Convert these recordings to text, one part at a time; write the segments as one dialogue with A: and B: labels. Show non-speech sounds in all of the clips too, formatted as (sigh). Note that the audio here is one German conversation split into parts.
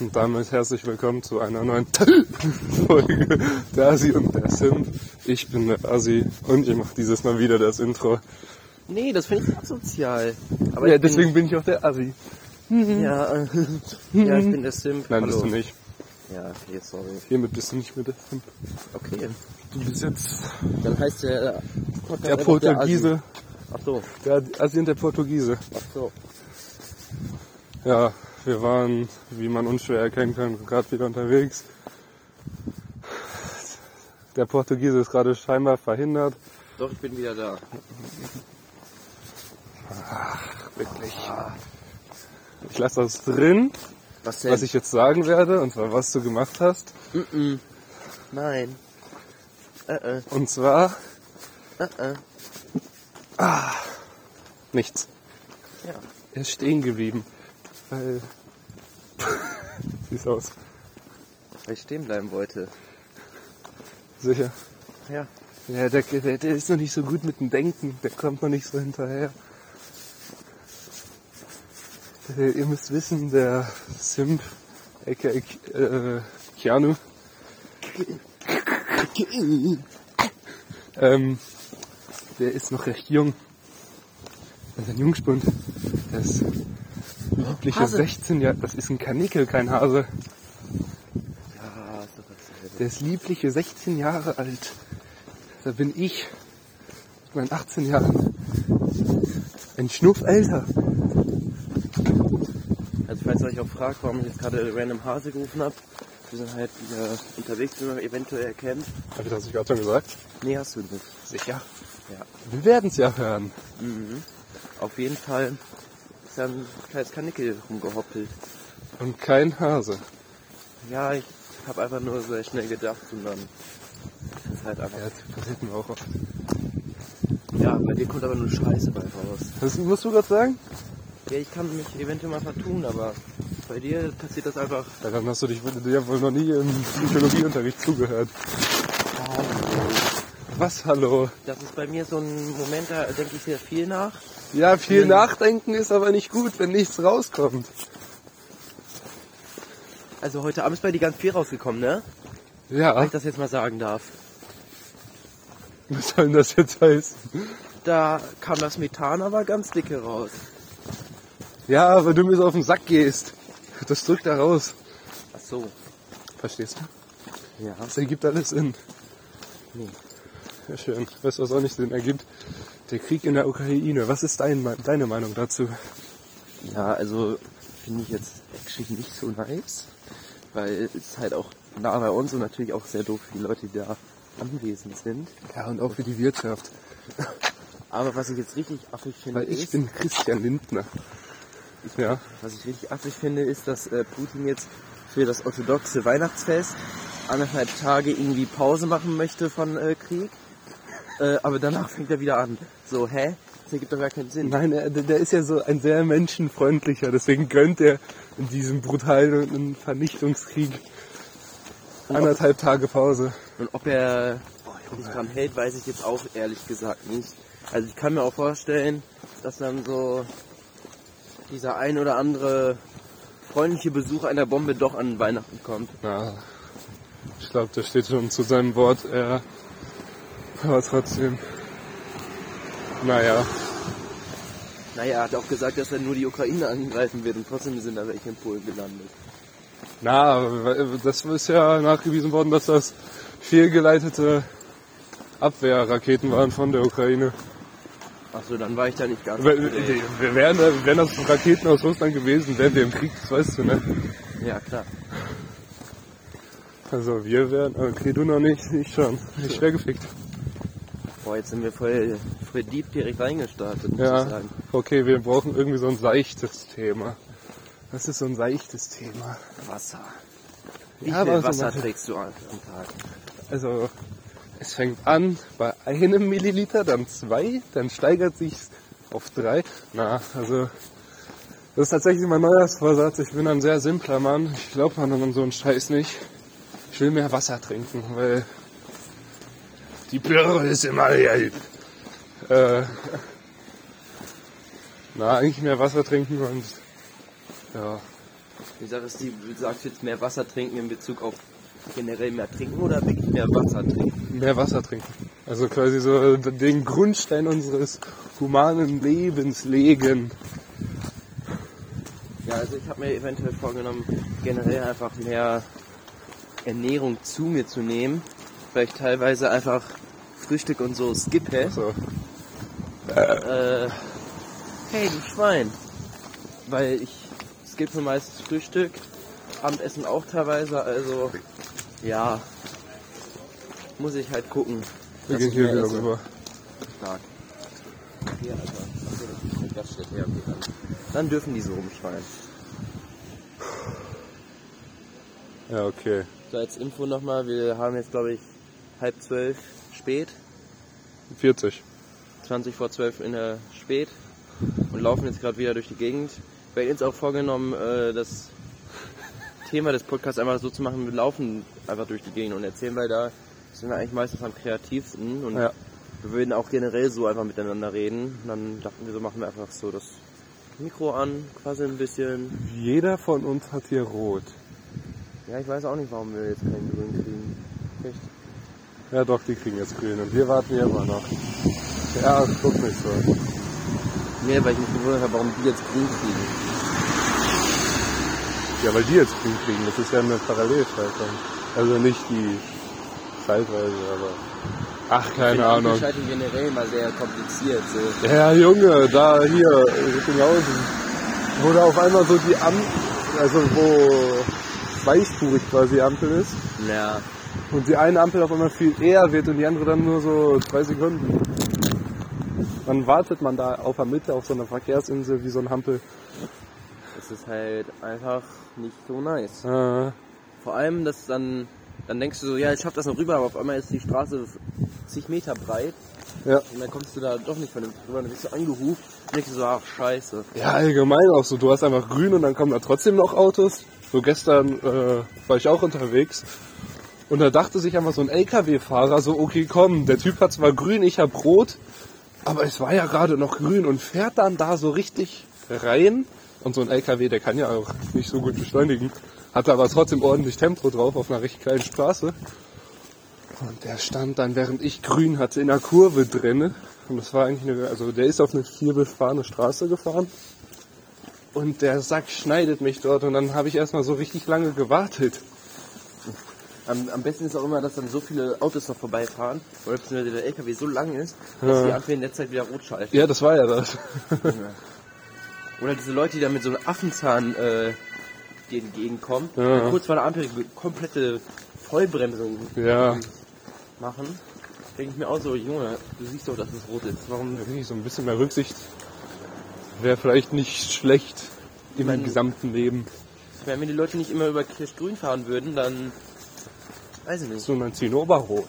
A: Und damit herzlich willkommen zu einer neuen (laughs) Folge der Asi und der Simp. Ich bin der Asi und ich mache dieses Mal wieder das Intro.
B: Nee, das finde ich asozial. Aber
A: Ja,
B: ich bin-
A: deswegen bin ich auch der Asi.
B: Ja, äh, (laughs) ja, ich bin der Simp.
A: Nein,
B: Hallo.
A: bist du nicht.
B: Ja, okay, sorry.
A: Hiermit bist du nicht mehr der Simp.
B: Okay,
A: Du bist jetzt
B: dann heißt der äh, Podcast
A: der
B: einfach
A: Portugiese.
B: Der Asi. ach so,
A: Der Asi und der Portugiese.
B: ach so.
A: Ja, wir waren, wie man unschwer erkennen kann, gerade wieder unterwegs. Der Portugiese ist gerade scheinbar verhindert.
B: Doch, ich bin wieder da.
A: Wirklich. Ich lasse das drin,
B: Was denn?
A: was ich jetzt sagen werde, und zwar was du gemacht hast.
B: Nein. Äh, äh,
A: Und zwar Ah,
B: äh, äh.
A: nichts.
B: Ja.
A: Er ist stehen geblieben. Weil. (laughs) Sieht's aus.
B: Weil ich stehen bleiben wollte.
A: Sicher.
B: Ja.
A: Ja, der, der, der ist noch nicht so gut mit dem Denken. Der kommt noch nicht so hinterher. Äh, Ihr müsst wissen, der Simp, aka äh, Keanu, ähm, der ist noch recht jung. Das ist ein Jungspund. Der ist liebliche
B: Hase.
A: 16 Jahre. Das ist ein Kanickel, kein Hase.
B: Ja, ist doch dasselbe.
A: Der ist liebliche 16 Jahre alt. Da bin ich mit meinen 18 Jahren. Ein Schnuff älter.
B: Also falls ihr euch auch fragt, warum ich jetzt gerade random Hase gerufen habe, wir sind halt wieder unterwegs, wie man eventuell erkennt.
A: Hab ich das nicht gerade schon gesagt?
B: Nee, hast du nicht.
A: Sicher.
B: Ja.
A: Wir werden's ja hören.
B: Mhm. Auf jeden Fall ist da ein kleines Kanickel rumgehoppelt.
A: Und kein Hase.
B: Ja, ich habe einfach nur sehr schnell gedacht und dann ist halt einfach.
A: Ja, das passiert mir auch oft.
B: Ja, bei dir kommt aber nur Scheiße bei raus.
A: Was musst du gerade sagen?
B: Ja, ich kann mich eventuell mal vertun, aber bei dir passiert das einfach.
A: Ja, dann hast du dich ja wohl noch nie im Psychologieunterricht zugehört. Was, hallo?
B: Das ist bei mir so ein Moment, da denke ich sehr viel nach.
A: Ja, viel
B: Mhm.
A: Nachdenken ist aber nicht gut, wenn nichts rauskommt.
B: Also heute Abend ist bei dir ganz viel rausgekommen, ne? Wenn
A: Ja,
B: ich das jetzt mal sagen darf.
A: was soll denn das jetzt heißen?
B: Da kam das Methan aber ganz dicke raus.
A: Ja, weil du mir so auf den Sack gehst. Das drückt da raus.
B: Ach so.
A: Verstehst du?
B: Ja.
A: Das ergibt alles Sinn.
B: Nee.
A: Ja, schön. Weißt du, was auch nicht Sinn ergibt? Der Krieg in der Ukraine. Was ist dein, Me- deine Meinung dazu?
B: Ja, also finde ich jetzt actually nicht so nice, weil es halt auch nah bei uns und natürlich auch sehr doof für die Leute, die da anwesend sind.
A: Ja, und auch für die Wirtschaft.
B: Aber was ich jetzt richtig affig finde,
A: Weil ich
B: ist,
A: bin Christian Lindner. Ja.
B: was ich richtig affig finde, ist, dass äh, Putin jetzt für das orthodoxe Weihnachtsfest anderthalb Tage irgendwie Pause machen möchte von äh, Krieg. Äh, aber danach fängt er wieder an. So, hä? Das ergibt doch gar keinen Sinn.
A: Nein, er, der ist ja so ein sehr menschenfreundlicher. Deswegen gönnt er in diesem brutalen Vernichtungskrieg anderthalb Tage Pause.
B: Und ob er sich dran hält, weiß ich jetzt auch ehrlich gesagt nicht. Also ich kann mir auch vorstellen, dass dann so dieser ein oder andere freundliche Besuch einer Bombe doch an Weihnachten kommt.
A: Ja, ich glaube, der steht schon zu seinem Wort. Er aber trotzdem. Naja,
B: Naja, er hat auch gesagt, dass er nur die Ukraine angreifen wird und trotzdem sind da welche in Polen gelandet.
A: na, weil- das ist ja nachgewiesen worden, dass das fehlgeleitete Abwehrraketen waren von der Ukraine.
B: Achso, dann war ich da nicht ganz.
A: Weil,
B: up to date.
A: äh, Wären, da- wären das Raketen aus Russland gewesen, wären wir im Krieg, das weißt du, ne?
B: Ja, klar.
A: Also wir wären, okay, du noch nicht, ich schon. Ich wäre gefickt.
B: Boah, jetzt sind wir voll, voll deep direkt reingestartet, muss ich
A: Ja,
B: sagen.
A: okay, wir brauchen irgendwie so ein seichtes Thema. Das ist so ein seichtes Thema.
B: Wasser. Wie
A: Ja, aber
B: viel
A: so
B: Wasser
A: was-
B: trägst du an- am Tag?
A: Also es fängt an bei einem Milliliter, dann zwei, dann steigert sich auf drei. Na, also das ist tatsächlich mein Neujahrsvorsatz. Ich bin ein sehr simpler Mann. Ich glaube an so einen Scheiß nicht. Ich will mehr Wasser trinken, weil die Birre ist immer gelb. Äh, na, eigentlich mehr Wasser trinken und Ja.
B: Die Sache ist, die du sagst jetzt mehr Wasser trinken in Bezug auf generell mehr trinken oder wirklich mehr Wasser trinken?
A: Mehr Wasser trinken. Also quasi so den Grundstein unseres humanen Lebens legen.
B: Ja, also ich habe mir eventuell vorgenommen, generell einfach mehr Ernährung zu mir zu nehmen, weil ich teilweise einfach Frühstück und so skippe.
A: So.
B: Äh, hey, du Schwein. Weil ich skippe meistens Frühstück, Abendessen auch teilweise, also ja, muss ich halt gucken.
A: Wir
B: dass
A: gehen
B: ich
A: hier
B: mehr
A: wieder
B: esse.
A: rüber.
B: Stark. Hier, Alter. Achso, das ist das steht. Ja, okay, dann. dann dürfen die so rumschreien.
A: Ja, okay.
B: So, als Info nochmal, wir haben jetzt, glaube ich, halb zwölf spät,
A: 40.
B: 20 vor zwölf in der Spät und laufen jetzt gerade wieder durch die Gegend. Wir haben uns auch vorgenommen, äh, das Thema des Podcasts einmal so zu machen, wir laufen einfach durch die Gegend und erzählen, weil da sind wir eigentlich meistens am kreativsten und
A: Ja.
B: wir würden auch generell so einfach miteinander reden. Und dann dachten wir, so machen wir einfach so das Mikro an, quasi ein bisschen.
A: Jeder von uns hat hier rot.
B: Ja, ich weiß auch nicht, warum wir jetzt keinen Grün kriegen. Echt?
A: Ja doch, die kriegen jetzt grün und wir warten hier immer noch. Ja, guck nicht so.
B: Nee, weil ich mich gewundert habe, warum die jetzt Grün kriegen.
A: Ja, weil die jetzt grün kriegen, das ist ja eine Parallelschaltung. Also nicht die Schaltweise, aber... Ach, keine Ahnung.
B: Schaltung generell mal sehr kompliziert. So.
A: Ja, Junge, da hier, Richtinghausen, wo da auf einmal so die Ampel, also wo zweispurig quasi die Ampel ist
B: Ja.
A: und die eine Ampel auf einmal viel eher wird und die andere dann nur so zwei Sekunden. Dann wartet man da auf der Mitte auf so einer Verkehrsinsel wie so ein Hampel.
B: Es ist halt einfach nicht so nice.
A: Äh,
B: Vor allem, dass dann, dann denkst du so, ja, ich schaff das noch rüber, aber auf einmal ist die Straße zig Meter breit
A: ja.
B: und dann kommst du da doch nicht vernünftig rüber, dann bist du angehuft und denkst du so, ach, scheiße.
A: Ja, allgemein auch so. Du hast einfach grün und dann kommen da trotzdem noch Autos. So gestern äh, war ich auch unterwegs. Und da dachte sich einfach so ein LKW-Fahrer so, okay, komm, der Typ hat zwar grün, ich hab rot, aber es war ja gerade noch grün und fährt dann da so richtig rein. Und so ein LKW, der kann ja auch nicht so gut beschleunigen, hatte aber trotzdem ordentlich Tempo drauf auf einer recht kleinen Straße. Und der stand dann, während ich grün hatte, in der Kurve drinne. Und das war eigentlich eine, also der ist auf eine viel befahrene Straße gefahren. Und der Sack schneidet mich dort und dann habe ich erstmal so richtig lange gewartet.
B: Am, am besten ist auch immer, dass dann so viele Autos noch vorbeifahren oder beziehungsweise der LKW so lang ist, dass die Ampel in der Zeit wieder rot schaltet.
A: Ja, das war ja das.
B: Oder diese Leute, die da mit so einem Affenzahn äh, dir entgegenkommen,
A: Ja.
B: und kurz vor der Ampel eine komplette Vollbremsung
A: Ja.
B: machen, denke ich mir auch so, Junge, du siehst doch, dass es rot ist. Warum?
A: Wirklich so ein bisschen mehr Rücksicht wäre vielleicht nicht schlecht im
B: Mein-
A: gesamten Leben.
B: Ich meine, wenn die Leute nicht immer über Kirschgrün fahren würden, dann weiß ich nicht.
A: So ein Zinnoberrot.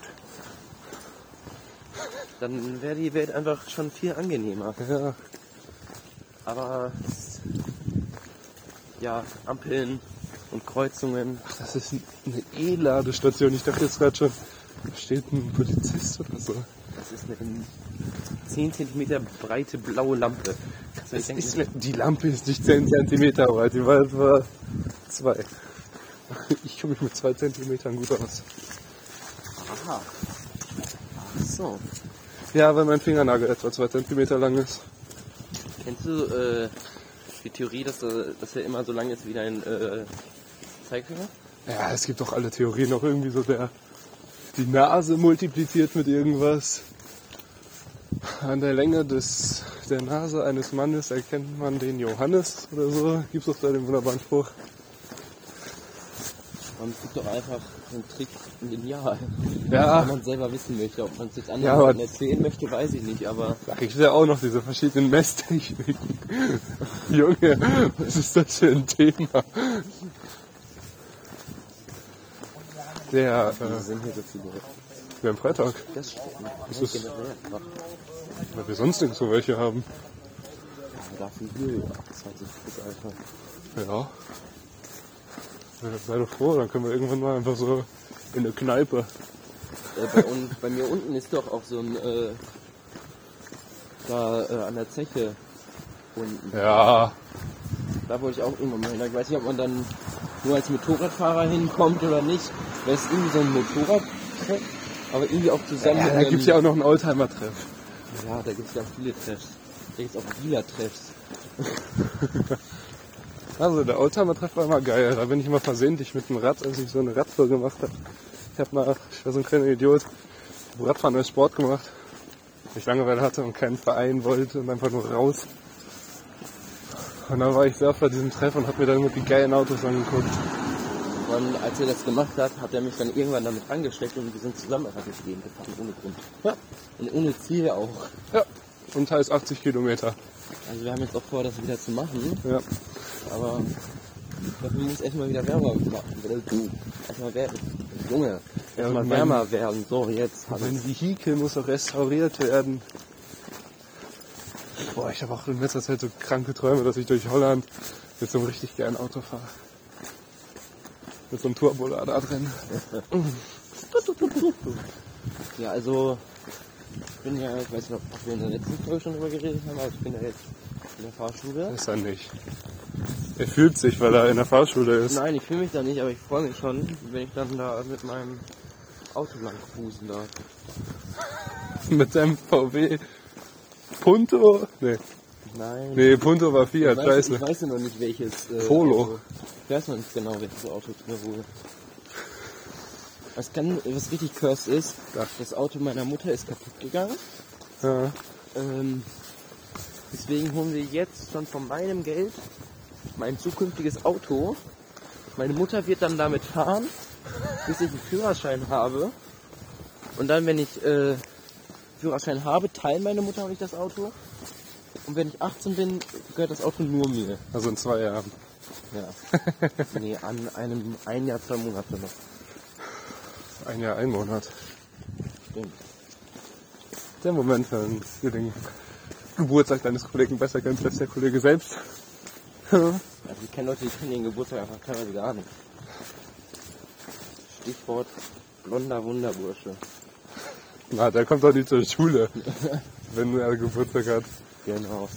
B: Dann wäre die Welt einfach schon viel angenehmer.
A: Ja.
B: Aber ja, Ampeln und Kreuzungen.
A: Ach, das ist eine E-Ladestation. Ich dachte jetzt gerade schon, da steht ein Polizist oder so.
B: Das ist eine 10 cm breite blaue Lampe. Also ich
A: Es
B: denke,
A: ist, mir- die Lampe ist nicht 10 cm breit, die war etwa 2. Ich komme mich mit 2 cm gut aus.
B: aha. Ach so.
A: Ja, weil mein Fingernagel etwa 2 cm lang ist.
B: Kennst du äh, die Theorie, dass, äh, dass er immer so lang ist wie dein äh, Zeigefinger?
A: Ja, es gibt doch alle Theorien, auch irgendwie so der. Die Nase multipliziert mit irgendwas. An der Länge des, der Nase eines Mannes erkennt man den Johannes oder so. Gibt's doch da den wunderbaren Spruch.
B: Und es gibt doch einfach so einen Trick genial.
A: Ja.
B: Wenn man selber wissen möchte, ob man es jetzt
A: Ja,
B: anderen
A: aber-
B: Leuten erzählen möchte, weiß ich nicht, aber
A: Ach, ich will ja auch noch diese verschiedenen Messtechniken. (laughs) Junge, was ist das für ein Thema? Der,
B: wir
A: äh,
B: sind hier so viele.
A: wir haben Freitag,
B: Das stimmt.
A: Das ist-
B: generell einfach.
A: weil wir sonst nirgends so welche haben.
B: Aber dafür hier 28 ist einfach.
A: Ja. Ja, Sei doch froh, dann können wir irgendwann mal einfach so in eine Kneipe.
B: Äh, bei, un, bei mir unten ist doch auch so ein äh, da äh, an der Zeche unten.
A: Ja.
B: Da wollte ich auch irgendwann mal hin. Ich weiß nicht, ob man dann nur als Motorradfahrer hinkommt oder nicht. Weil es irgendwie so ein Motorrad, aber irgendwie auch zusammen.
A: Ja,
B: mit
A: da
B: einem-
A: gibt's ja auch noch einen Oldtimer-Treff.
B: Ja, da gibt's ja auch viele Treffs. Da gibt's auch Dealer-Treffs.
A: Also der Oldtimer-Treff war immer geil. Da bin ich immer versehentlich mit dem Rad, als ich so eine Radtour gemacht habe. Ich hab mal, ich war so ein kleiner Idiot, hab Radfahren als Sport gemacht, weil ich Langeweile hatte und keinen Verein wollte und einfach nur raus. Und dann war ich da vor diesem Treff und hab mir dann immer die geilen Autos angeguckt.
B: Und als er das gemacht hat, hat er mich dann irgendwann damit angesteckt und wir sind zusammen einfach durch die Gegend gefahren, ohne Grund.
A: Ja.
B: Und ohne Ziel auch.
A: Ja. Und teils 80 Kilometer.
B: Also wir haben jetzt auch vor, das wieder zu machen,
A: Ja.
B: aber dafür muss erstmal wieder wärmer machen. Erstmal wär Junge,
A: Ja,
B: erstmal
A: mein-
B: wärmer werden. So, jetzt hab ich's.
A: Mein Also Vehikel muss auch restauriert werden. Boah, ich habe auch in letzter Zeit so kranke Träume, dass ich durch Holland mit so einem richtig geilen Auto fahre. Mit so einem Turbolader drin.
B: Ja, also ich bin ja, ich weiß nicht, ob wir in der letzten Folge schon drüber geredet haben, aber ich bin ja jetzt in der Fahrschule.
A: Ist er nicht. Er fühlt sich, weil er in der Fahrschule ist.
B: Nein, ich fühle mich da nicht, aber ich freue mich schon, wenn ich dann da mit meinem Auto lang cruisen darf.
A: (laughs) Mit seinem VW Punto. Nee,
B: Nein.
A: nee Punto war
B: ich,
A: Fiat,
B: weiß, ich
A: scheiße.
B: weiß ja noch nicht welches. Äh,
A: ne- Polo.
B: Auto. Ich weiß noch nicht genau welches Auto drin wurde. Was, kann, was richtig curse ist,
A: Ja.
B: das Auto meiner Mutter ist kaputt gegangen.
A: Ja.
B: Ähm, deswegen holen wir jetzt schon von meinem Geld mein zukünftiges Auto. Meine Mutter wird dann damit fahren, bis ich einen Führerschein habe. Und dann, wenn ich äh, Führerschein habe, teilen meine Mutter und ich das Auto. Und wenn ich 18 bin, gehört das Auto nur mir.
A: Also in zwei Jahren.
B: Ja. nee, an einem ein Jahr, zwei Monate noch.
A: Ein Jahr, ein Monat.
B: Stimmt.
A: Der Moment, wenn du den Geburtstag deines Kollegen besser kennst als der Kollege selbst.
B: Also ich kenne Leute, die kennen ihren Geburtstag einfach teilweise gar nicht. Stichwort blonder Wunderbursche.
A: Na, der kommt doch nicht zur Schule, wenn er Geburtstag hat.
B: Genau.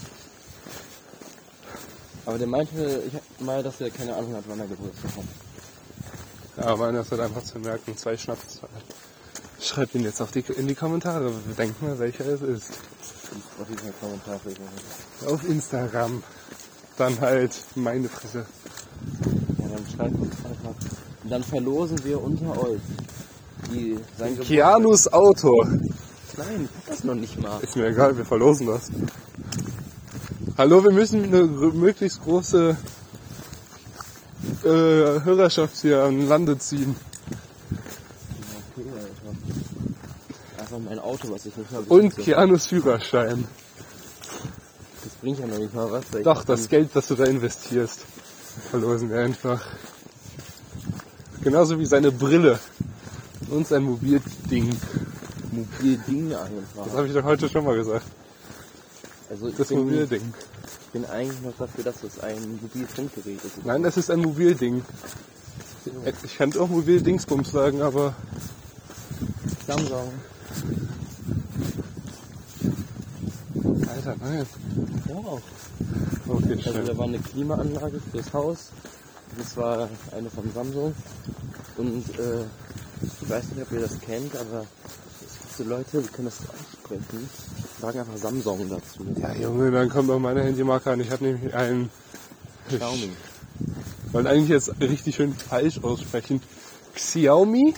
B: Aber der meinte ich hab mal, dass er keine Ahnung hat, wann er Geburtstag hat.
A: Ja, meiner ist halt einfach zu merken, zwei Schnapszahlen. Schreibt ihn jetzt auf die, in die Kommentare. Denkt mal, welcher es ist.
B: Auf jeden Fall Kommentar für ihn.
A: Auf Instagram. Dann halt meine Fresse.
B: Ja, dann schreibt uns einfach. Und dann verlosen wir unter euch. Die sein Geburtstag.
A: Keanus Auto.
B: Nein, das noch nicht mal.
A: Ist mir egal, wir verlosen das. Hallo, wir müssen eine gr- möglichst große äh, Hörerschaft hier an Lande ziehen.
B: Okay, Alter. Einfach mein Auto, was ich nicht habe.
A: Und
B: das
A: Keanus Führerschein.
B: bringt ja noch nicht mal was. weil ich
A: Doch,
B: hab
A: das
B: dann-
A: Geld, das du da investierst, verlosen wir einfach. Genauso wie seine Brille und sein Mobilding.
B: mobile Dinge
A: Das
B: einfach.
A: habe ich doch heute schon mal gesagt.
B: Also ich
A: Das
B: bin,
A: Mobilding.
B: ich bin eigentlich noch dafür, dass es ein mobiles Funkgerät ist.
A: Nein, das ist ein Mobilding. Ich kann auch Mobildingsbums sagen, aber
B: Samsung.
A: Alter, nein.
B: Ja, auch.
A: Okay,
B: Also
A: schnell.
B: da war eine Klimaanlage fürs Haus. Das war eine von Samsung. Und äh, ich weiß nicht, ob ihr das kennt, aber es gibt so Leute, die können das so aussprechen. Sagen einfach Samsung dazu.
A: Ja, Junge, dann kommt doch meine Handymarke an. Ich habe nämlich einen.
B: Xiaomi.
A: Ich wollte eigentlich jetzt richtig schön falsch aussprechen. Xiaomi?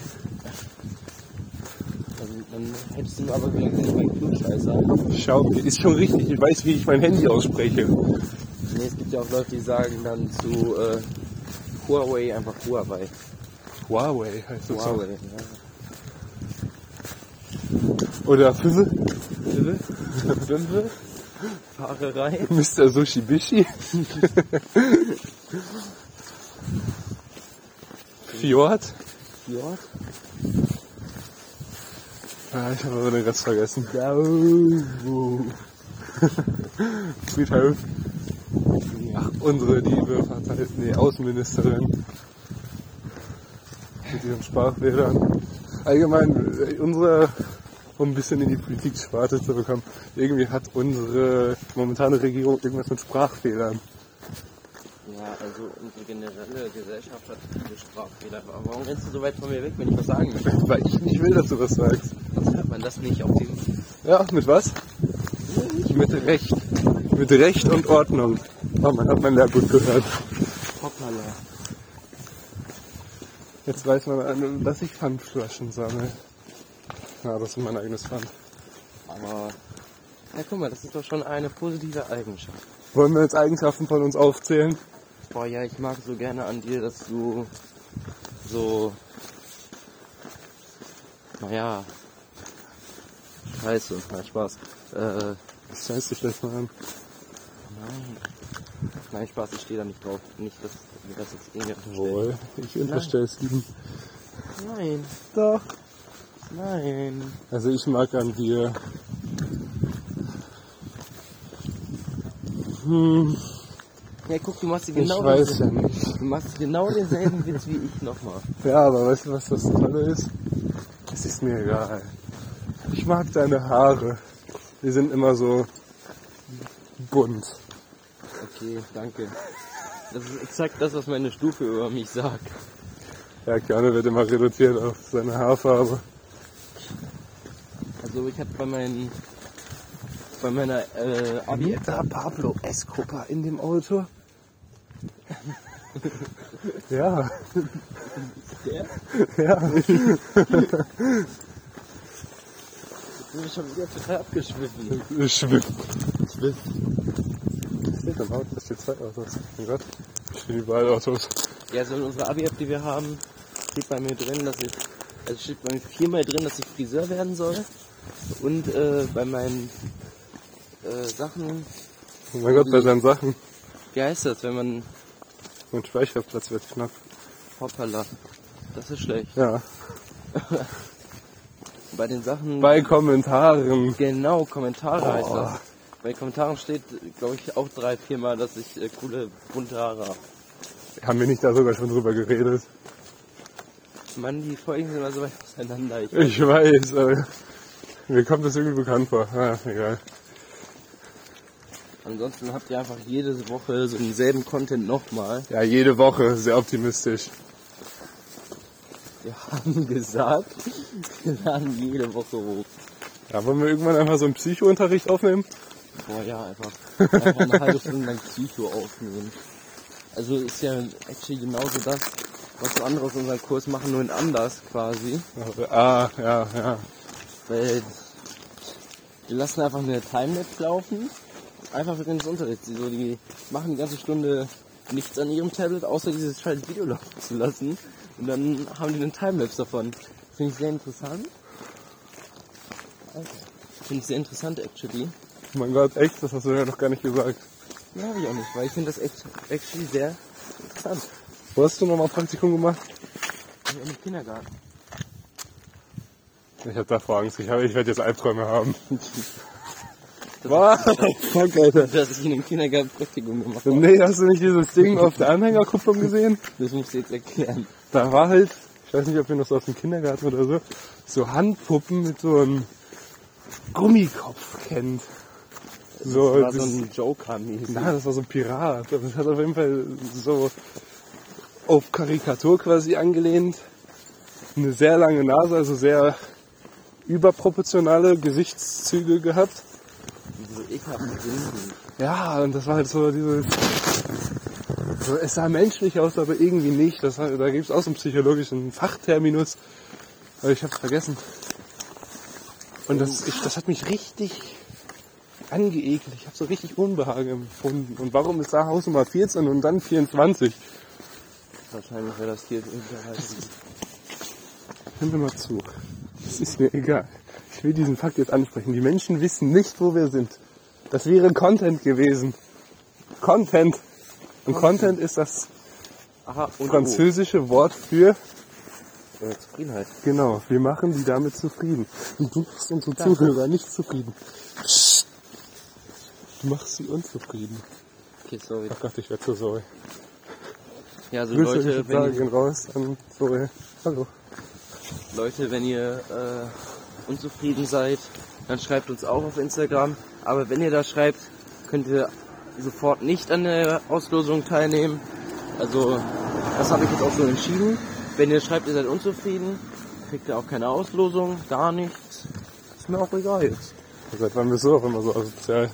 B: Also, dann hättest du aber wieder gesagt, mein Klugscheißer.
A: Xiaomi ist schon richtig. Ich weiß, wie ich mein Handy ausspreche.
B: Nee, es gibt ja auch Leute, die sagen dann zu äh, Huawei einfach Huawei.
A: Huawei heißt das. so.
B: Huawei.
A: Oder Fünfe?
B: Ja.
A: (laughs) Fünfe?
B: Fahrerei.
A: Mr. Sushi Bishi? Fjord?
B: Fjord.
A: Ah, ich habe aber den Rest vergessen. uh, (laughs)
B: Ja.
A: Friedhof. halt- Ach, unsere liebe Partei, nee, Außenministerin. Mit ihren Sprachbildern. Allgemein, äh, unsere, um ein bisschen in die Politik-Sparte zu bekommen, irgendwie hat unsere momentane Regierung irgendwas mit Sprachfehlern.
B: Ja, also unsere generelle Gesellschaft hat viele Sprachfehler. Aber warum rennst du so weit von mir weg, wenn ich was sagen will?
A: (laughs) Weil ich nicht will, dass du das sagst.
B: Sonst hört man das nicht auf dem...
A: Ja, mit was? Mit Recht. Mit Recht und Ordnung. Oh, man hat mein Lehrbuch gehört.
B: Hoppala.
A: Jetzt weiß man, an, dass ich Pfandflaschen sammle. Ja, das ist mein eigenes Pfand.
B: Aber... Ja, guck mal, das ist doch schon eine positive Eigenschaft.
A: Wollen wir jetzt Eigenschaften von uns aufzählen?
B: Boah, ja, ich mag so gerne an dir, dass du so... Naja... Scheiße, nein, Spaß. Äh,
A: Scheiße, Stefan. an.
B: nein. Nein, Spaß, ich stehe da nicht drauf. Nicht, dass mir das jetzt irgendwie unterstellt.
A: Jawohl, ich unterstelle es ihm.
B: Nein,
A: Doch.
B: nein.
A: Also ich mag an dir. Hm,
B: Ja, guck, du machst hier
A: ich
B: genau
A: weiß ja
B: denselben-
A: nicht.
B: Du machst genau denselben Witz wie ich nochmal.
A: Ja, aber weißt du, was das Tolle ist? Es ist mir egal. Ich mag deine Haare. Die sind immer so bunt.
B: Okay, danke. Das ist exakt das, was meine Stufe über mich sagt.
A: Ja, gerne wird immer reduziert auf seine Haarfarbe.
B: Also ich habe bei meinen bei meiner äh, Abi
A: da Pablo Escobar in dem Auto? ja,
B: der
A: (laughs) ja.
B: bin ich schon wieder total abgeschwiffen.
A: Schwift. Schwift. Was steht im Auto? Da steht zwei Autos. Mein Oh Gott. Da stehen überall Autos.
B: Ja, so in unserer Abi-App, die wir haben, steht bei mir drin, dass ich also steht bei mir viermal drin, dass ich Friseur werden soll. Und äh, bei meinen äh, Sachen,
A: Oh mein Gott, bei seinen Sachen.
B: wie heißt das, wenn man
A: Mein Speicherplatz wird knapp.
B: hoppala, das ist schlecht.
A: Ja.
B: Bei den Sachen
A: Bei Kommentaren.
B: Genau, Kommentare heißt
A: Oh.
B: das. Bei den Kommentaren steht, glaube ich, auch drei, viermal, dass ich äh, coole, bunte Haare habe.
A: Haben wir nicht da sogar schon drüber geredet?
B: Mann, die Folgen sind immer so weit auseinander. Ich,
A: Ich weiß, aber mir kommt das irgendwie bekannt vor. Ah, egal.
B: ansonsten habt ihr einfach jede Woche so denselben Content nochmal.
A: Ja, jede Woche. Sehr optimistisch.
B: Wir (laughs) haben gesagt, wir laden jede Woche hoch.
A: Ja, wollen wir irgendwann einfach so einen Psychounterricht aufnehmen?
B: Boah, ja, einfach, einfach eine halbe Stunde lang Psycho aufnehmen. Also ist ja actually genauso das, was so andere aus unserem Kurs machen, nur in anders quasi.
A: Ah, ja, ja.
B: Weil wir lassen einfach eine Timelapse laufen, einfach während des Unterrichts. Die, so, die machen die ganze Stunde nichts an ihrem Tablet, außer dieses scheiß Video laufen zu lassen. Und dann haben die einen Timelapse davon. Finde ich sehr interessant. Also, Finde ich sehr interessant, actually.
A: Oh Mein Gott, echt? Das hast du ja noch gar nicht gesagt.
B: Ja, habe ich auch nicht, weil ich finde das echt, actually sehr interessant.
A: Wo hast du nochmal Praktikum gemacht?
B: Und Im Kindergarten.
A: Ich hab davor Angst. Ich, hab, ich werde jetzt Albträume haben. Was? (laughs) Fuck, Alter.
B: Dass ich in dem Kindergarten Praktikum gemacht habe.
A: Nee, hast du nicht dieses Ding auf der Anhängerkupplung gesehen?
B: Das musst du jetzt erklären.
A: Da war halt, ich weiß nicht, ob wir noch so aus dem Kindergarten oder so, so Handpuppen mit so einem Gummikopf kennt. So,
B: Das war
A: Oh, das,
B: so ein Joker-mäßig.
A: na, das war so ein Pirat. Aber das hat auf jeden Fall so auf Karikatur quasi angelehnt. Eine sehr lange Nase, also sehr überproportionale Gesichtszüge gehabt.
B: So ekelhaften Grinsen.
A: Ja, und das war halt so dieses. So, es sah menschlich aus, aber irgendwie nicht. Das, war- da gibt's auch so einen psychologischen Fachterminus. Aber ich hab's vergessen. Und das, ich, das hat mich richtig angeekelt. Ich habe so richtig Unbehagen empfunden. Und warum ist da Hausnummer 14 und dann 24?
B: Wahrscheinlich wäre das hier irgendwie (laughs)
A: Hör mir mal zu. Es ist mir egal. Ich will diesen Fakt jetzt ansprechen. Die Menschen wissen nicht, wo wir sind. Das wäre Content gewesen. Content. Und Content ist das
B: Aha, und
A: französische Wort für,
B: Oh. Äh, Zufriedenheit.
A: genau, wir machen die damit zufrieden. Und du machst unsere Zuhörer nicht zufrieden. Psst. Du machst sie unzufrieden.
B: Okay, sorry.
A: Ach Gott, ich werde so sorry.
B: Ja, also
A: Grüße
B: Leute,
A: ich sagen,
B: wenn,
A: gehen raus an sorry. Hallo.
B: Leute, wenn ihr äh, unzufrieden seid, dann schreibt uns auch auf Instagram. Aber wenn ihr da schreibt, könnt ihr sofort nicht an der Auslosung teilnehmen. Also das habe ich jetzt auch so entschieden. Wenn ihr schreibt, ihr seid unzufrieden, kriegt ihr auch keine Auslosung, gar nichts. Ist mir auch egal jetzt.
A: Seit wann bist du auf immer so asozial?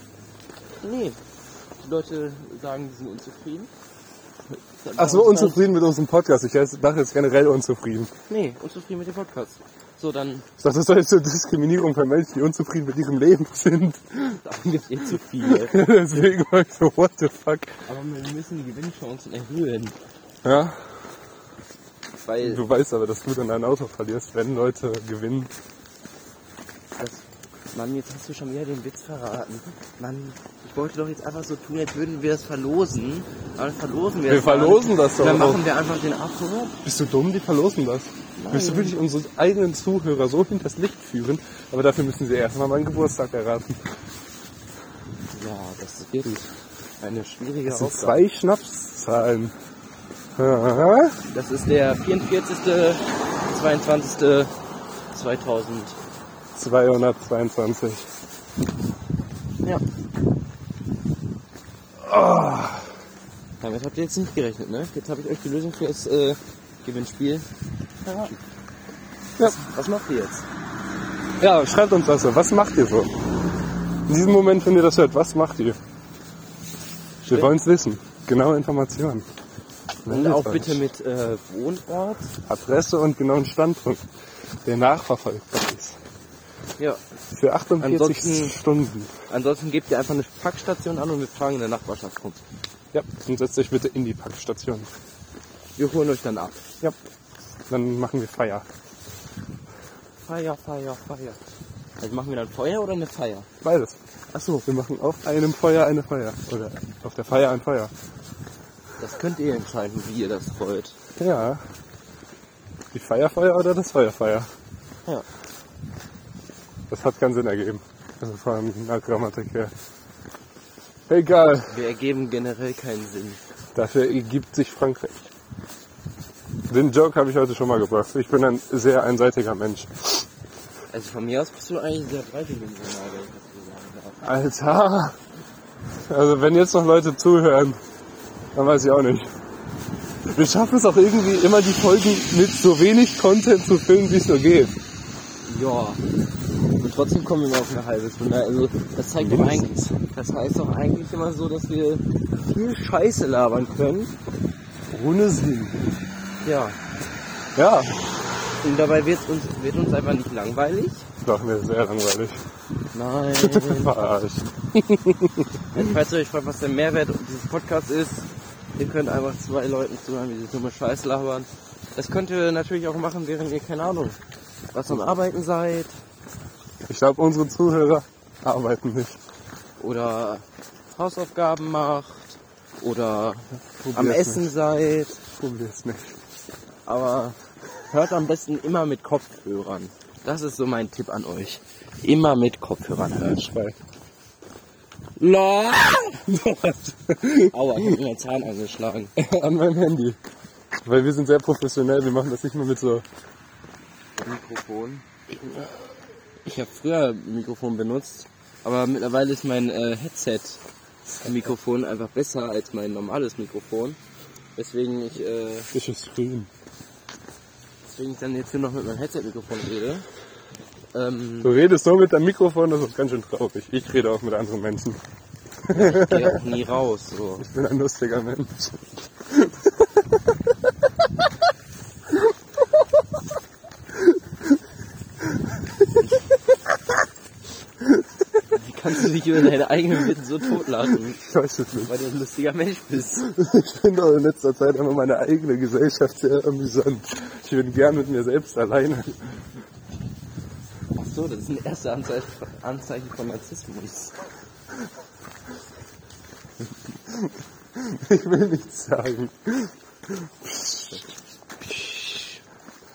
B: Nee. Die Leute sagen, die sind unzufrieden.
A: Ach so, unzufrieden mit unserem Podcast. Ich heißt- dachte jetzt generell unzufrieden.
B: Nee, unzufrieden mit dem Podcast. So, dann (laughs)
A: Ich dachte, das ist doch jetzt eine Diskriminierung von Menschen, die unzufrieden mit ihrem Leben sind. (laughs)
B: sagen jetzt eh zu viele.
A: Deswegen (laughs) war ich so, what the fuck.
B: Aber wir müssen die Gewinnchancen erhöhen.
A: Ja,
B: Weil
A: du weißt aber, dass du dann dein Auto verlierst, wenn Leute gewinnen.
B: das, Mann, jetzt hast du schon wieder den Witz verraten. Mann, ich wollte doch jetzt einfach so tun, als würden wir das verlosen. Aber dann verlosen wir
A: Wir
B: es gar
A: verlosen
B: nicht.
A: das doch
B: Und Dann
A: auch.
B: machen wir einfach den Abhörer.
A: Bist du dumm? Die verlosen das. Willst du wirklich unsere eigenen Zuhörer so hinters Licht führen? Aber dafür müssen sie erstmal meinen Geburtstag erraten.
B: Ja, das ist wirklich eine schwierige
A: Das sind
B: Aufgabe.
A: zwei Schnapszahlen. Aha.
B: Das ist der 44. 22. 2000.
A: 222.
B: Ja.
A: Ah.
B: Damit habt ihr jetzt nicht gerechnet, ne? Jetzt habe ich euch die Lösung für das äh, Gewinnspiel. verraten.
A: Ja.
B: Was macht ihr jetzt?
A: ja, schreibt uns das so. Was macht ihr so? In diesem Moment, wenn ihr das hört, was macht ihr? Wir
B: Stimmt.
A: wollen es wissen. Genaue Informationen.
B: Und auch bitte mit äh, Wohnort.
A: Adresse und genauen Standpunkt, der nachverfolgbar ist.
B: Ja.
A: Für 48
B: Ansonsten-
A: Stunden.
B: Ansonsten gebt ihr einfach eine Packstation an und wir fragen in der Nachbarschaft rum.
A: Ja, und setzt euch bitte in die Packstation.
B: Wir holen euch dann ab.
A: Ja. Dann machen wir Feier.
B: Feier, Feier, Feier. Also machen wir dann Feuer oder eine Feier?
A: Beides.
B: Achso,
A: Wir machen auf einem Feuer eine Feier. Oder auf der Feier ein Feuer.
B: das könnt ihr entscheiden, wie ihr das wollt.
A: Ja. Die Feierfeuer oder das Feuerfeuer?
B: Ja.
A: Das hat keinen Sinn ergeben. Also von der Grammatik her. Egal.
B: Wir ergeben generell keinen Sinn.
A: Dafür ergibt sich Frankreich. Den Joke habe ich heute schon mal gebracht. Ich bin ein sehr einseitiger Mensch.
B: Also von mir aus bist du eigentlich sehr dreidimensional, wenn ich das so sagen darf.
A: Alter. Also wenn jetzt noch Leute zuhören, dann weiß ich auch nicht. Wir schaffen es auch irgendwie immer die Folgen mit so wenig Content zu füllen, wie es nur geht.
B: Ja. Und trotzdem kommen wir nur auf eine halbe Stunde. Also das zeigt doch eigentlich,
A: Mindestens.
B: das heißt doch eigentlich immer so, dass wir viel Scheiße labern können.
A: Ohne Sinn.
B: Ja.
A: Ja.
B: Und dabei wird uns, wird uns einfach nicht langweilig.
A: Doch, mir ist sehr langweilig.
B: (laughs) Nein.
A: Verarscht.
B: Also, falls ihr euch fragt, was der Mehrwert dieses Podcasts ist, ihr könnt einfach zwei Leuten zuhören, wie sie dumme Scheiß labern. Das könnt ihr natürlich auch machen, während ihr, keine Ahnung, was am Arbeiten seid
A: Ich glaube, unsere Zuhörer arbeiten nicht.
B: oder Hausaufgaben macht oder
A: Probier's
B: am
A: nicht.
B: Essen seid.
A: Probier's nicht.
B: Aber hört am besten immer mit Kopfhörern. Das ist so mein Tipp an euch. Immer mit Kopfhörern hören.
A: Schrei.
B: Lol! Aua, ich hab mir den Zahn angeschlagen.
A: An meinem Handy. Weil wir sind sehr professionell, wir machen das nicht mehr mit so.
B: Mikrofon. Ich habe früher ein Mikrofon benutzt, aber mittlerweile ist mein äh, Headset-Mikrofon einfach besser als mein normales Mikrofon. Weswegen ich, äh,
A: Fisches Screen.
B: weswegen ich dann jetzt nur noch mit meinem Headset-Mikrofon rede. Ähm,
A: Du redest so mit deinem Mikrofon, das ist ganz schön traurig. Ich rede auch mit anderen Menschen.
B: ich gehe auch nie raus. So.
A: Ich bin ein lustiger Mensch.
B: Wie kannst du dich über deine eigenen Witten so totlachen,
A: Ich weiß es nicht.
B: weil du ein lustiger Mensch bist?
A: Ich finde auch in letzter Zeit immer meine eigene Gesellschaft sehr amüsant. Ich bin gern mit mir selbst alleine.
B: Ach so, das ist ein erster Anzeichen, Anzeichen von Narzissmus.
A: Ich will nichts sagen.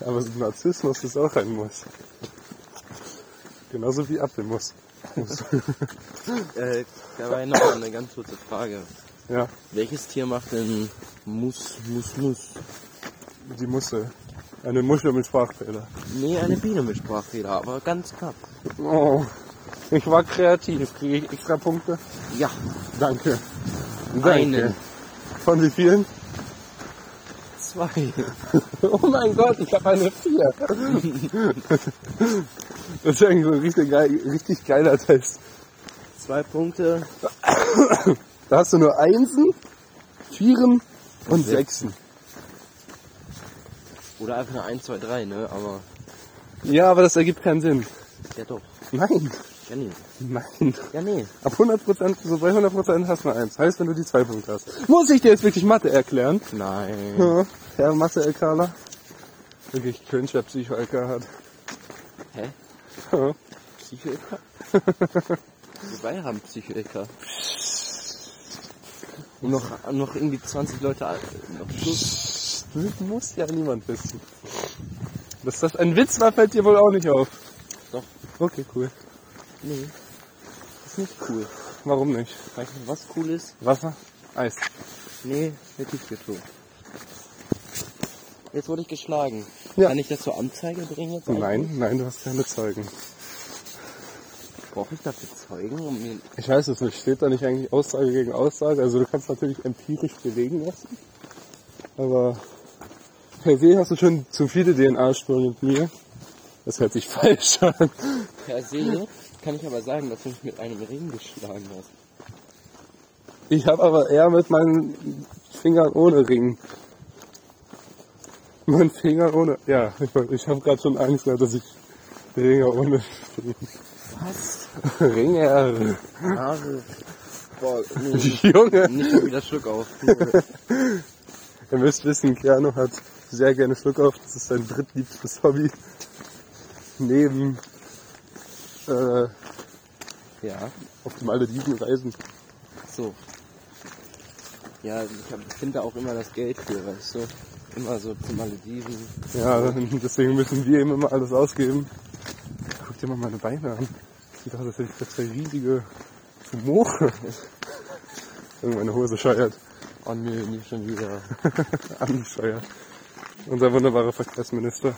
A: Aber so Narzissmus ist auch ein Muss. Genauso wie Apfelmus.
B: Äh, dabei noch eine ganz kurze Frage.
A: Ja,
B: Welches Tier macht denn Mus, Mus, Mus?
A: die Muschel. Eine Muschel mit Sprachfehler.
B: Nee, eine Biene mit Sprachfehler, aber ganz knapp.
A: Oh, ich war kreativ. Kriege ich extra Punkte?
B: Ja,
A: Danke. Danke.
B: Einen.
A: Von wie vielen?
B: Zwei. (laughs)
A: Oh mein Gott, ich habe eine 4. Das ist eigentlich so ein richtig, geil, richtig geiler Test.
B: Zwei Punkte.
A: Da hast du nur Einsen, Vieren und Sechsen.
B: Oder einfach nur 1, 2, 3, ne? Aber
A: Ja, aber das ergibt keinen Sinn.
B: ja doch.
A: Nein,
B: Ja nee.
A: nein.
B: Ja nee.
A: Ab 100%, so bei 100% hast du eine 1. Heißt, wenn du die 2 Punkte hast. Muss ich dir jetzt wirklich Mathe erklären?
B: Nein.
A: Ja, Herr Mathe-LKler. Wirklich cringe, der Psycho-LK hat.
B: Hä?
A: Ja.
B: Psychoecker? Wir beide haben Psychoecker. Und noch, noch irgendwie 20 Leute alt. Noch plus.
A: Das muss ja niemand wissen. Dass das ein Witz war, fällt dir wohl auch nicht auf.
B: Doch.
A: Okay, cool.
B: Nee. Ist nicht cool.
A: Warum nicht?
B: Weißt du, was cool ist?
A: Wasser? Eis.
B: Nee, der Tiefkühltruhe. Jetzt wurde ich geschlagen.
A: Ja.
B: Kann ich das zur Anzeige bringen jetzt?
A: Nein, nein, du hast keine Zeugen.
B: Brauche ich dafür Zeugen, um mir
A: Ich weiß es nicht. Steht da nicht eigentlich Aussage gegen Aussage? Also du kannst natürlich empirisch belegen lassen. Aber per se hast du schon zu viele DNA-Spuren mit mir. Das hört sich (laughs) falsch an.
B: per se, kann ich aber sagen, dass du mich mit einem Ring geschlagen hast.
A: Ich habe aber eher mit meinen Fingern ohne Ring. Mein Finger ohne. Ja, ich, wollt- ich habe gerade schon Angst gehabt, dass ich Ringe ohne
B: Was?
A: (laughs) Ringe. (laughs)
B: Haare. Boah, nee.
A: Junge,
B: Nicht schon wieder
A: (laughs)
B: Schluck auf. Nee.
A: ihr müsst wissen, Keanu hat sehr gerne Schluck auf. Das ist sein drittliebstes Hobby. Neben äh,
B: Ja.
A: auf dem Malediven reisen.
B: So. Ja, ich hab- ich finde da auch immer das Geld für, weißt du? Immer so zum Malediven.
A: Ja, deswegen müssen wir ihm immer alles ausgeben. Guck dir mal meine Beine an. Sieht aus, als hätte ich da zwei riesige Moore. Irgendeine Hose scheuert.
B: Oh nö, nicht schon wieder.
A: (laughs) Anscheuert. Unser wunderbarer Verkehrsminister.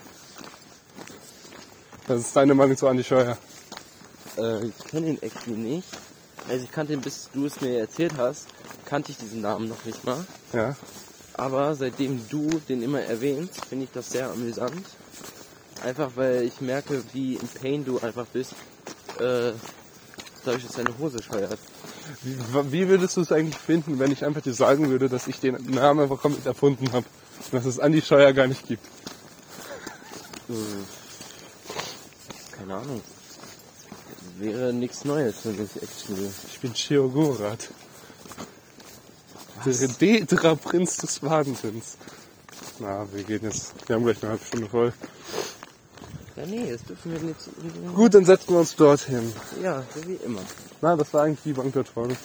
A: Das ist deine Meinung zu Andi Scheuer.
B: äh, ich kenne ihn actually nicht. Also ich kannte ihn, bis du es mir erzählt hast, kannte ich diesen Namen noch nicht mal.
A: Ja.
B: Aber seitdem du den immer erwähnst, finde ich das sehr amüsant. Einfach weil ich merke, wie in Pain du einfach bist, äh, dadurch, dass deine Hose scheuert.
A: Wie, wie würdest du es eigentlich finden, wenn ich einfach dir sagen würde, dass ich den Namen komplett erfunden habe? Dass es Andi Scheuer gar nicht gibt.
B: Äh, Keine Ahnung. Wäre nichts Neues für mich, actually.
A: Ich bin Sheogorat. Der Dedra Prinz des Wadensinns. Na, wir gehen jetzt. Wir haben gleich eine halbe Stunde voll.
B: Ja, nee, das dürfen wir nicht.
A: Gut, dann setzen wir uns dorthin.
B: Ja, so wie immer.
A: Na, das war eigentlich die Bank dort vorne.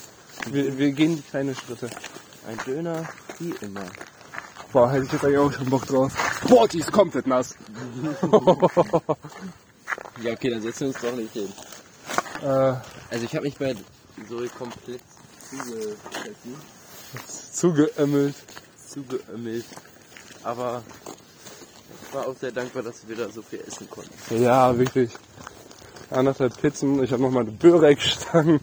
A: Wir, wir gehen die kleinen Schritte.
B: Ein Döner, wie immer.
A: Boah, hätte ich jetzt eigentlich auch schon Bock drauf. Boah, die ist komplett nass.
B: Ja, okay, dann setzen wir uns doch nicht hin.
A: Äh,
B: Also ich habe mich bei Zoe komplett zuge
A: zugeömmelt.
B: zugeömmelt. Aber ich war auch sehr dankbar, dass wir da so viel essen konnten.
A: Ja, wirklich. Anderthalb Pizzen. Ich habe noch mal eine Börek-Stangen.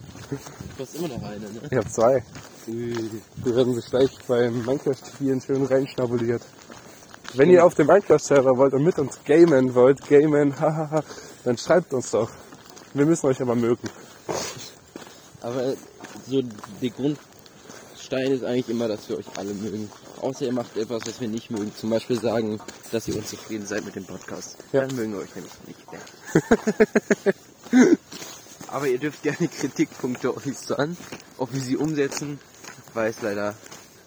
B: Du hast immer noch eine, ne?
A: Ich habe zwei.
B: Ui.
A: Die werden sich gleich beim Minecraft-Spielen schön reinschnabuliert. Wenn ihr auf dem Minecraft-Server wollt und mit uns gamen wollt, gamen, (laughs) hahaha, dann schreibt uns doch. Wir müssen euch aber mögen.
B: Aber so der Grundstein ist eigentlich immer, dass wir euch alle mögen. Außer ihr macht etwas, was wir nicht mögen. Zum Beispiel sagen, dass ihr unzufrieden seid mit dem Podcast.
A: Ja.
B: Dann mögen wir euch nämlich nicht mehr. (laughs) Aber ihr dürft gerne Kritikpunkte äußern. Ob wir sie umsetzen, weiß leider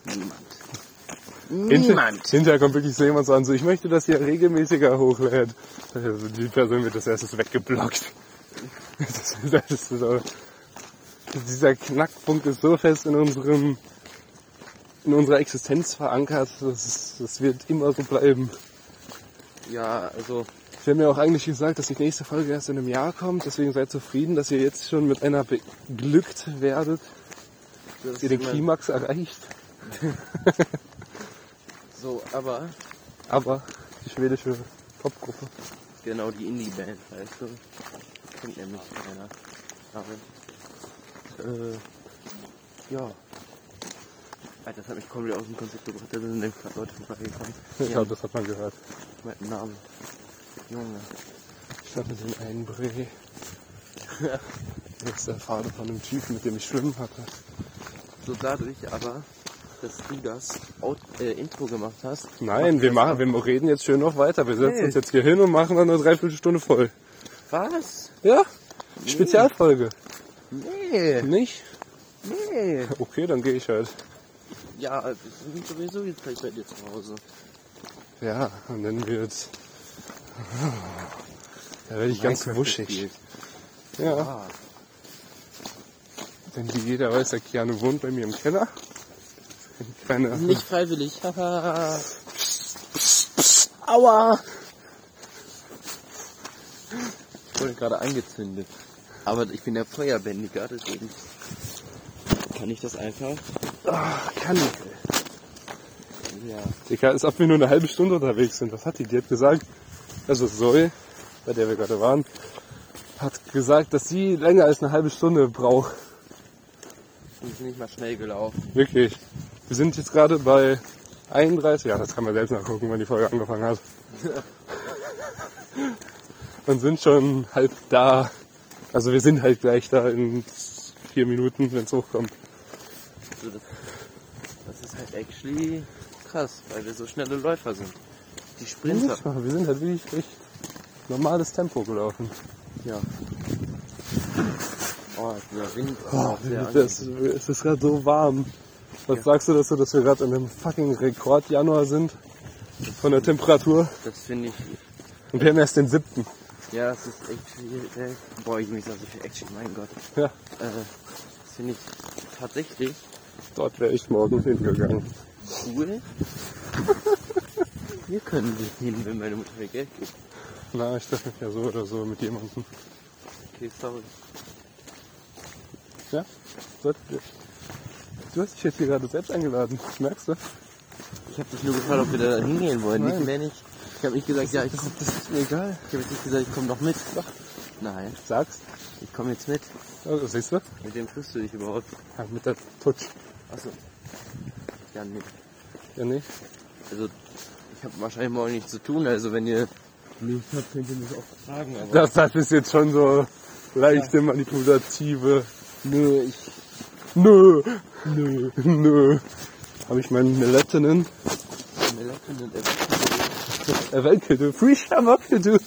B: niemand. Niemand!
A: Hinterher kommt wirklich so jemand so an, so ich möchte, dass ihr regelmäßiger hochlädt. Also die Person wird als erstes weggeblockt. Das ist, das ist so. Dieser Knackpunkt ist so fest in unserem in unserer Existenz verankert, das, ist, das wird immer so bleiben.
B: Ja, also
A: Wir haben ja auch eigentlich gesagt, dass die nächste Folge erst in einem Jahr kommt, deswegen seid zufrieden, dass ihr jetzt schon mit einer beglückt werdet,
B: das
A: dass ihr den
B: ist immer
A: Klimax erreicht.
B: so, aber
A: Aber die schwedische Popgruppe.
B: genau die Indie-Band, weißt du? Kennt nämlich keiner. Aber, äh, ja. Alter, das hat mich komplett aus dem Konzept gebracht. Da sind nämlich gerade Leute vorbeigekommen.
A: Ich glaube, das hat man gehört.
B: Mit dem Namen. Junge.
A: Ich hatte den einen Bree. Das ist der Vater von dem Typen, mit dem ich schwimmen hatte.
B: So dadurch aber, dass du das Out äh, Intro gemacht hast.
A: Nein, wir machen, wir reden jetzt schön noch weiter. Wir setzen
B: Nee.
A: uns jetzt hier hin und machen dann eine Dreiviertelstunde voll.
B: Was?
A: Ja? Spezialfolge.
B: Nee,
A: Nicht?
B: nee.
A: Okay, dann gehe ich halt.
B: Ja, wir sind sowieso jetzt gleich bei dir zu Hause.
A: Ja, und dann wird's. Da werde ich ganz
B: Minecraft
A: wuschig.
B: gespielt.
A: Ja,
B: Ah,
A: denn wie jeder weiß, der Keanu wohnt bei mir im Keller. Ein kleiner-
B: nicht freiwillig. (laughs) Haha.
A: Aua!
B: ich wurde gerade angezündet. Aber ich bin der Feuerbändiger, deswegen kann ich das einfach.
A: Ach, kann ich.
B: Ja.
A: Digga, als ob wir nur eine halbe Stunde unterwegs sind. Was hat die? Die hat gesagt, also Zoe, bei der wir gerade waren, hat gesagt, dass sie länger als eine halbe Stunde braucht.
B: Wir sind nicht mal schnell gelaufen.
A: Wirklich. Wir sind jetzt gerade bei 31. Ja, das kann man selbst nachgucken, wann die Folge angefangen (laughs) hat. Und sind schon halb da. Also wir sind halt gleich da in vier Minuten, wenn es hochkommt.
B: Also das, das ist halt actually krass, weil wir so schnelle Läufer sind. Die Sprinter.
A: Wir sind halt wirklich echt normales Tempo gelaufen.
B: Ja. Oh, der Wind ist
A: Oh,
B: auch sehr
A: das,
B: angenehm.
A: es ist gerade so warm. Was sagst du dazu, dass wir gerade in einem fucking Rekord Januar sind? Von der Temperatur.
B: Das finde ich
A: Und wir haben erst den siebten.
B: Ja, das ist echt viel. Äh, boah, ich mich so viel Action, mein Gott.
A: Ja,
B: Äh, das finde ich tatsächlich
A: dort wäre ich morgen hingegangen.
B: cool. (laughs) Wir können nicht hin, wenn meine Mutter mir Geld gibt.
A: Na, ich treffe mich ja so oder so mit jemandem.
B: Okay, sorry.
A: Ja? Sollte- Du hast dich jetzt hier gerade selbst eingeladen, merkst du?
B: Ich habe dich nur gefragt, ob wir da hingehen wollen.
A: Nein.
B: Nicht mehr nicht. Ich habe nicht gesagt, ja, ich komme.
A: Das ist mir egal.
B: Ich habe jetzt nicht gesagt, ich komme doch mit. Doch. Nein,
A: Sagst?
B: ich komme jetzt mit.
A: Also, siehst du?
B: Mit wem triffst du dich überhaupt?
A: Ja, mit der Tutsch.
B: Achso. Ja, nee.
A: Ja, nee.
B: Also, ich habe wahrscheinlich morgen nichts zu tun. Also, wenn ihr Lust habt, könnt ihr mich auch fragen. Aber
A: Das, das ist jetzt schon so leichte manipulative.
B: Nö, ich
A: Nö. Nö. Nö. Habe ich meinen Melatonin
B: mir leid, äh, wenn du-
A: erwältigt. äh, Free Shamrock to do.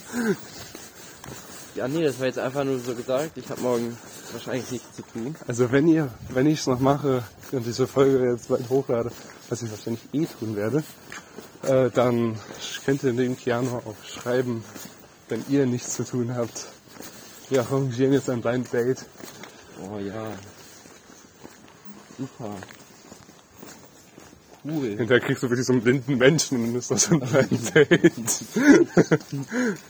B: Ja, nee, das war jetzt einfach nur so gesagt. Ich habe morgen wahrscheinlich nichts zu tun.
A: Also wenn ihr, wenn ich es noch mache und diese Folge jetzt bald hochlade, was ich wahrscheinlich eh tun werde, äh, dann könnt ihr dem Keanu auch schreiben, wenn ihr nichts zu tun habt. Wir arrangieren jetzt ein Blind Date.
B: Oh ja. Super. Cool.
A: Hinterher kriegst du wirklich so einen blinden Menschen und dann ist das ein Blind Date.
B: (laughs)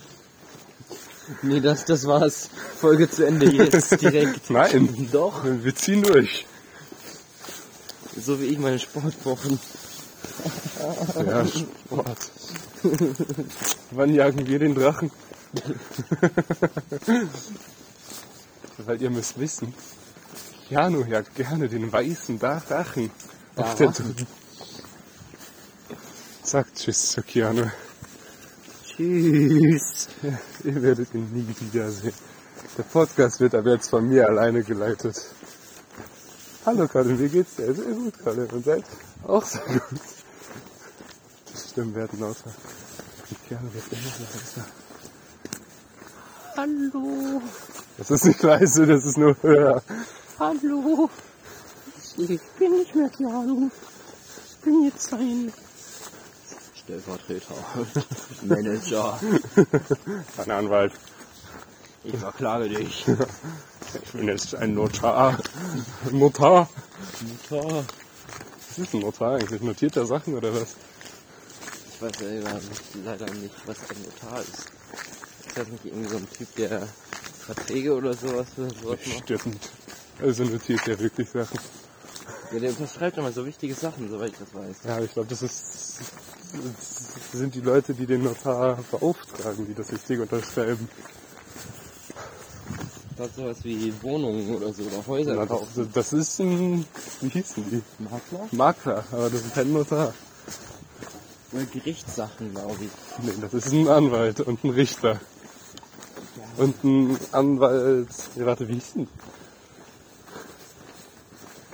B: Nee, das, das war's. Folge zu Ende (laughs) jetzt direkt.
A: Nein,
B: Doch.
A: wir ziehen durch.
B: So wie ich meine Sportwochen.
A: Ja, Sport. Wann jagen wir den Drachen? Weil ihr müsst wissen, Janu jagt gerne den weißen Drachen. Auf der Dun- Sagt Tschüss zu Keanu.
B: Tschüss.
A: Ihr werdet ihn nie wiedersehen. Der Podcast wird aber jetzt von mir alleine geleitet. Hallo Colin, wie geht's dir? Sehr gut, Colin. Und selbst auch sehr gut. Die Stimmen werden lauter. Die Kerle wird immer leiser.
B: Hallo.
A: Das ist nicht leise, das ist nur höher.
B: Hallo. Ich bin nicht mehr Keanu. Ich bin jetzt ein Stellvertreter. (laughs) Manager.
A: Mein Anwalt,
B: Ich verklage (laughs) dich.
A: ich bin jetzt ein Notar. Notar?
B: Tor.
A: Was ist ein Notar eigentlich? Notiert er Sachen oder was?
B: Ich weiß leider nicht, leider nicht, was ein Notar ist. Ist das nicht irgendwie so ein Typ, der Verträge oder sowas für sowas macht?
A: Stimmt. Also notiert er wirklich Sachen.
B: Ja, der unterschreibt immer so wichtige Sachen, soweit ich das weiß.
A: Ja, ich glaube, das ist. Das sind die Leute, die den Notar beauftragen, die das richtig unterschreiben.
B: glaube sowas wie Wohnungen oder so oder Häuser
A: Na,
B: kaufen.
A: das, das ist ein, wie hießen die?
B: Makler?
A: Makler, aber das ist kein Notar.
B: Oder Gerichtssachen, glaube ich.
A: Nee, das ist ein Anwalt und ein Richter. Und ein Anwalt, ja, warte, wie hießen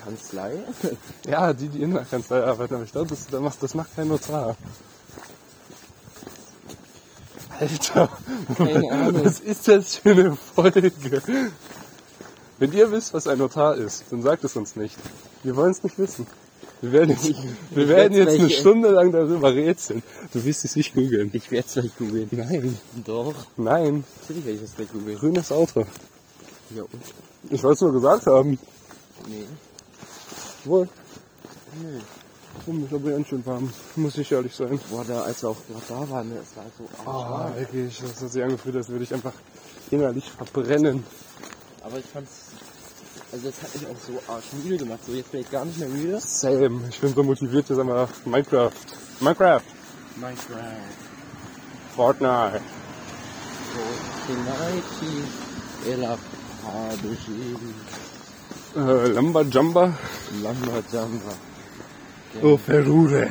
B: Kanzlei? (laughs)
A: die? Ja, die, die in der Kanzlei arbeiten, aber ich glaube, das, das macht- das macht kein Notar. Alter,
B: Keine Ahnung.
A: was ist das für eine Folge? Wenn ihr wisst, was ein Notar ist, dann sagt es uns nicht. Wir wollen es nicht wissen. Wir werden jetzt, wir werden jetzt eine
B: welche-
A: Stunde lang darüber rätseln. Du wirst es nicht googeln.
B: Ich werde es gleich googeln.
A: Nein,
B: Doch.
A: nein.
B: Natürlich werde ich das gleich googeln.
A: Grünes Auto.
B: Ja, und?
A: Ich wollte es nur gesagt haben.
B: Nee.
A: Wohl.
B: nee.
A: Warum ist aber Oh, ganz schön warm, muss ich ehrlich sein.
B: Boah, da, als wir auch gerade da waren, ne, es war so
A: Ah,
B: arschwarm.
A: wirklich, das hat sich angefühlt, als würde ich einfach innerlich verbrennen.
B: Aber ich fand's, also das hat mich auch so arschmüde gemacht. So, jetzt bin ich gar nicht mehr müde.
A: Same, ich bin so motiviert, jetzt einmal Minecraft. Minecraft,
B: Minecraft.
A: Fortnite.
B: Tonight El Apadushiri
A: Äh, Lamba Jamba.
B: Lamba Jamba.
A: Oh, Ferrure.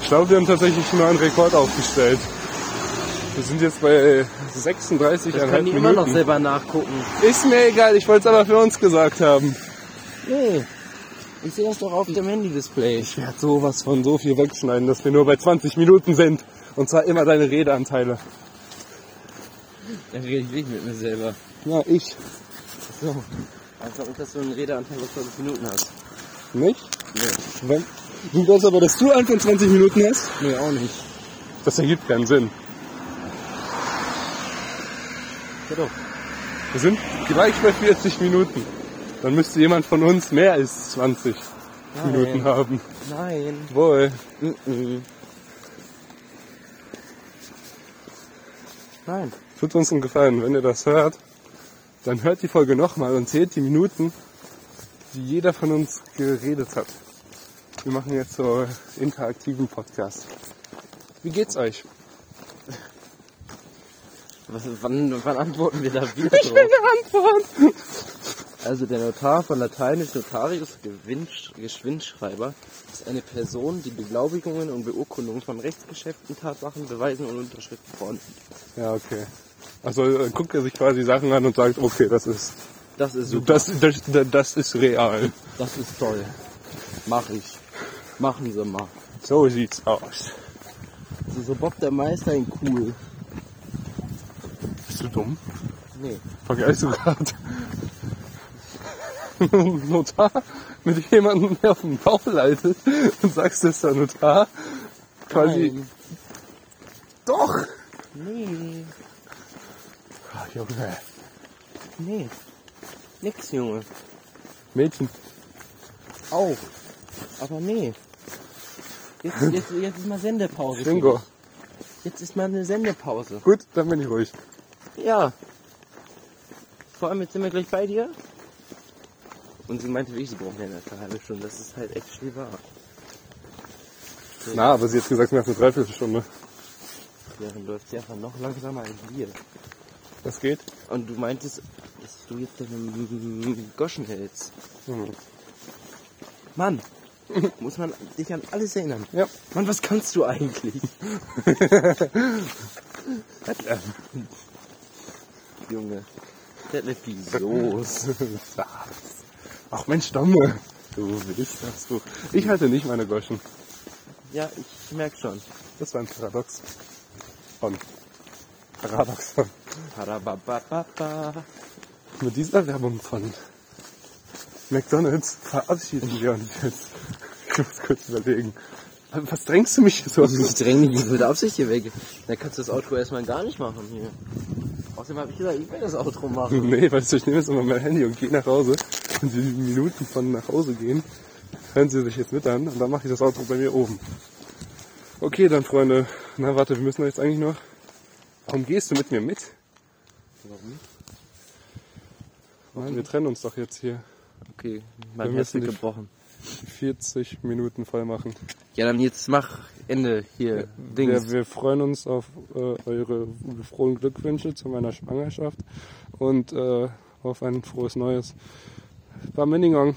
A: Ich glaube, wir haben tatsächlich einen neuen Rekord aufgestellt. Wir sind jetzt bei 36
B: Das kann die immer noch
A: Minuten.
B: selber nachgucken.
A: Ist mir egal, ich wollte es aber für uns gesagt haben.
B: Nee. Ich sehe das doch auf dem Handy-Display.
A: Ich werde sowas von so viel wegschneiden, dass wir nur bei 20 Minuten sind. Und zwar immer deine Redeanteile.
B: Dann rede ich nicht mit mir selber.
A: Ja, ich.
B: So. Als ob das so einen Redeanteil von 20 Minuten hast.
A: Nicht?
B: Nee.
A: Wenn, du glaubst aber, dass du einen von 20 Minuten hast?
B: Nee, auch nicht.
A: Das ergibt keinen Sinn.
B: Ja doch.
A: Genau. Wir sind gleich bei 40 Minuten. Dann müsste jemand von uns mehr als 20
B: Nein.
A: Minuten haben.
B: Nein.
A: Wohl.
B: Mhm. Nein.
A: Tut uns einen Gefallen, wenn ihr das hört, dann hört die Folge nochmal und zählt die Minuten, die jeder von uns geredet hat. Wir machen jetzt so interaktiven Podcast. Wie geht's euch?
B: Was, wann, wann antworten wir da (laughs) wieder drauf?
A: Antwort!
B: Also der Notar von Lateinisch Notarius Gewinsch- Geschwindschreiber ist eine Person, die Beglaubigungen und Beurkundungen von Rechtsgeschäften, Tatsachen, Beweisen und Unterschriften vornimmt.
A: Ja, okay. Also äh, guckt er sich quasi Sachen an und sagt, okay, das ist,
B: Das ist super.
A: das, das, das, das ist real.
B: Das ist toll. Mach ich. Machen Sie mal.
A: So sieht's aus.
B: So, so Bob der Meister in cool.
A: Bist du dumm?
B: Nee.
A: Vergleichst du gerade einen Notar mit jemandem, der auf dem Bau leitet und sagst, das ist der Notar? Quasi.
B: Nein.
A: Doch!
B: Nee.
A: Ach, Ah, Junge.
B: Nee. Nix, Junge.
A: Mädchen.
B: Auch. Aber nee. Jetzt, jetzt, jetzt ist mal Sendepause.
A: Bingo.
B: Jetzt ist mal eine Sendepause.
A: Gut, dann bin ich ruhig.
B: Ja. Vor allem, jetzt sind wir gleich bei dir. Und sie meinte wirklich, sie brauchen ja nicht eine halbe Stunde. Das ist halt echt viel wahr.
A: Na, aber sie hat gesagt, nach einer Dreiviertelstunde.
B: Während läuft sie einfach noch langsamer als wir.
A: Das geht?
B: Und du meintest, dass du jetzt deine Goschen hältst.
A: Hm.
B: Mann, (laughs) muss man dich an alles erinnern.
A: Ja.
B: Mann, was kannst du (laughs) eigentlich? Junge. Der läuft die Soße.
A: (laughs) Ach Mensch, Dumme. Du willst das Buch. Ich halte nicht meine Goschen.
B: Ja, ich merk schon.
A: Das war ein Paradox. Von. Paradox (laughs) von.
B: Parabababa.
A: Mit dieser Werbung von McDonalds verabschieden wir uns jetzt. Ich muss kurz überlegen. Was drängst du mich hier so?
B: (laughs) Ich dräng dich jetzt mit Absicht hier weg. Dann kannst du das Outro erstmal gar nicht machen hier. Außerdem habe ich gesagt, ich will das Outro machen.
A: Nee, weißt du, ich nehme jetzt immer mein Handy und gehe nach Hause. Und die Minuten von nach Hause gehen, hören sie sich jetzt mit an und dann mache ich das Auto bei mir oben. Okay, dann Freunde. Na, warte, wir müssen doch jetzt eigentlich noch. Warum gehst du mit mir mit?
B: Warum?
A: Nein, wir trennen uns doch jetzt hier.
B: Okay, mein
A: Wir
B: Herz
A: müssen
B: wird
A: dich-
B: gebrochen.
A: 40 Minuten voll machen.
B: Ja, dann jetzt mach Ende hier. Dings.
A: Wir, wir freuen uns auf äh, eure frohen Glückwünsche zu meiner Schwangerschaft und äh, auf ein frohes Neues. Bam Minningong.